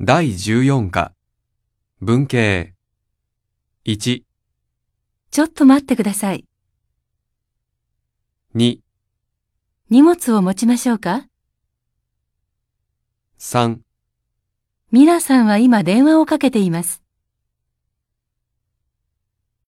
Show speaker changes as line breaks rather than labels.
第14課、文系。1、
ちょっと待ってください。
2、
荷物を持ちましょうか
3。
ミラさんは今電話をかけています。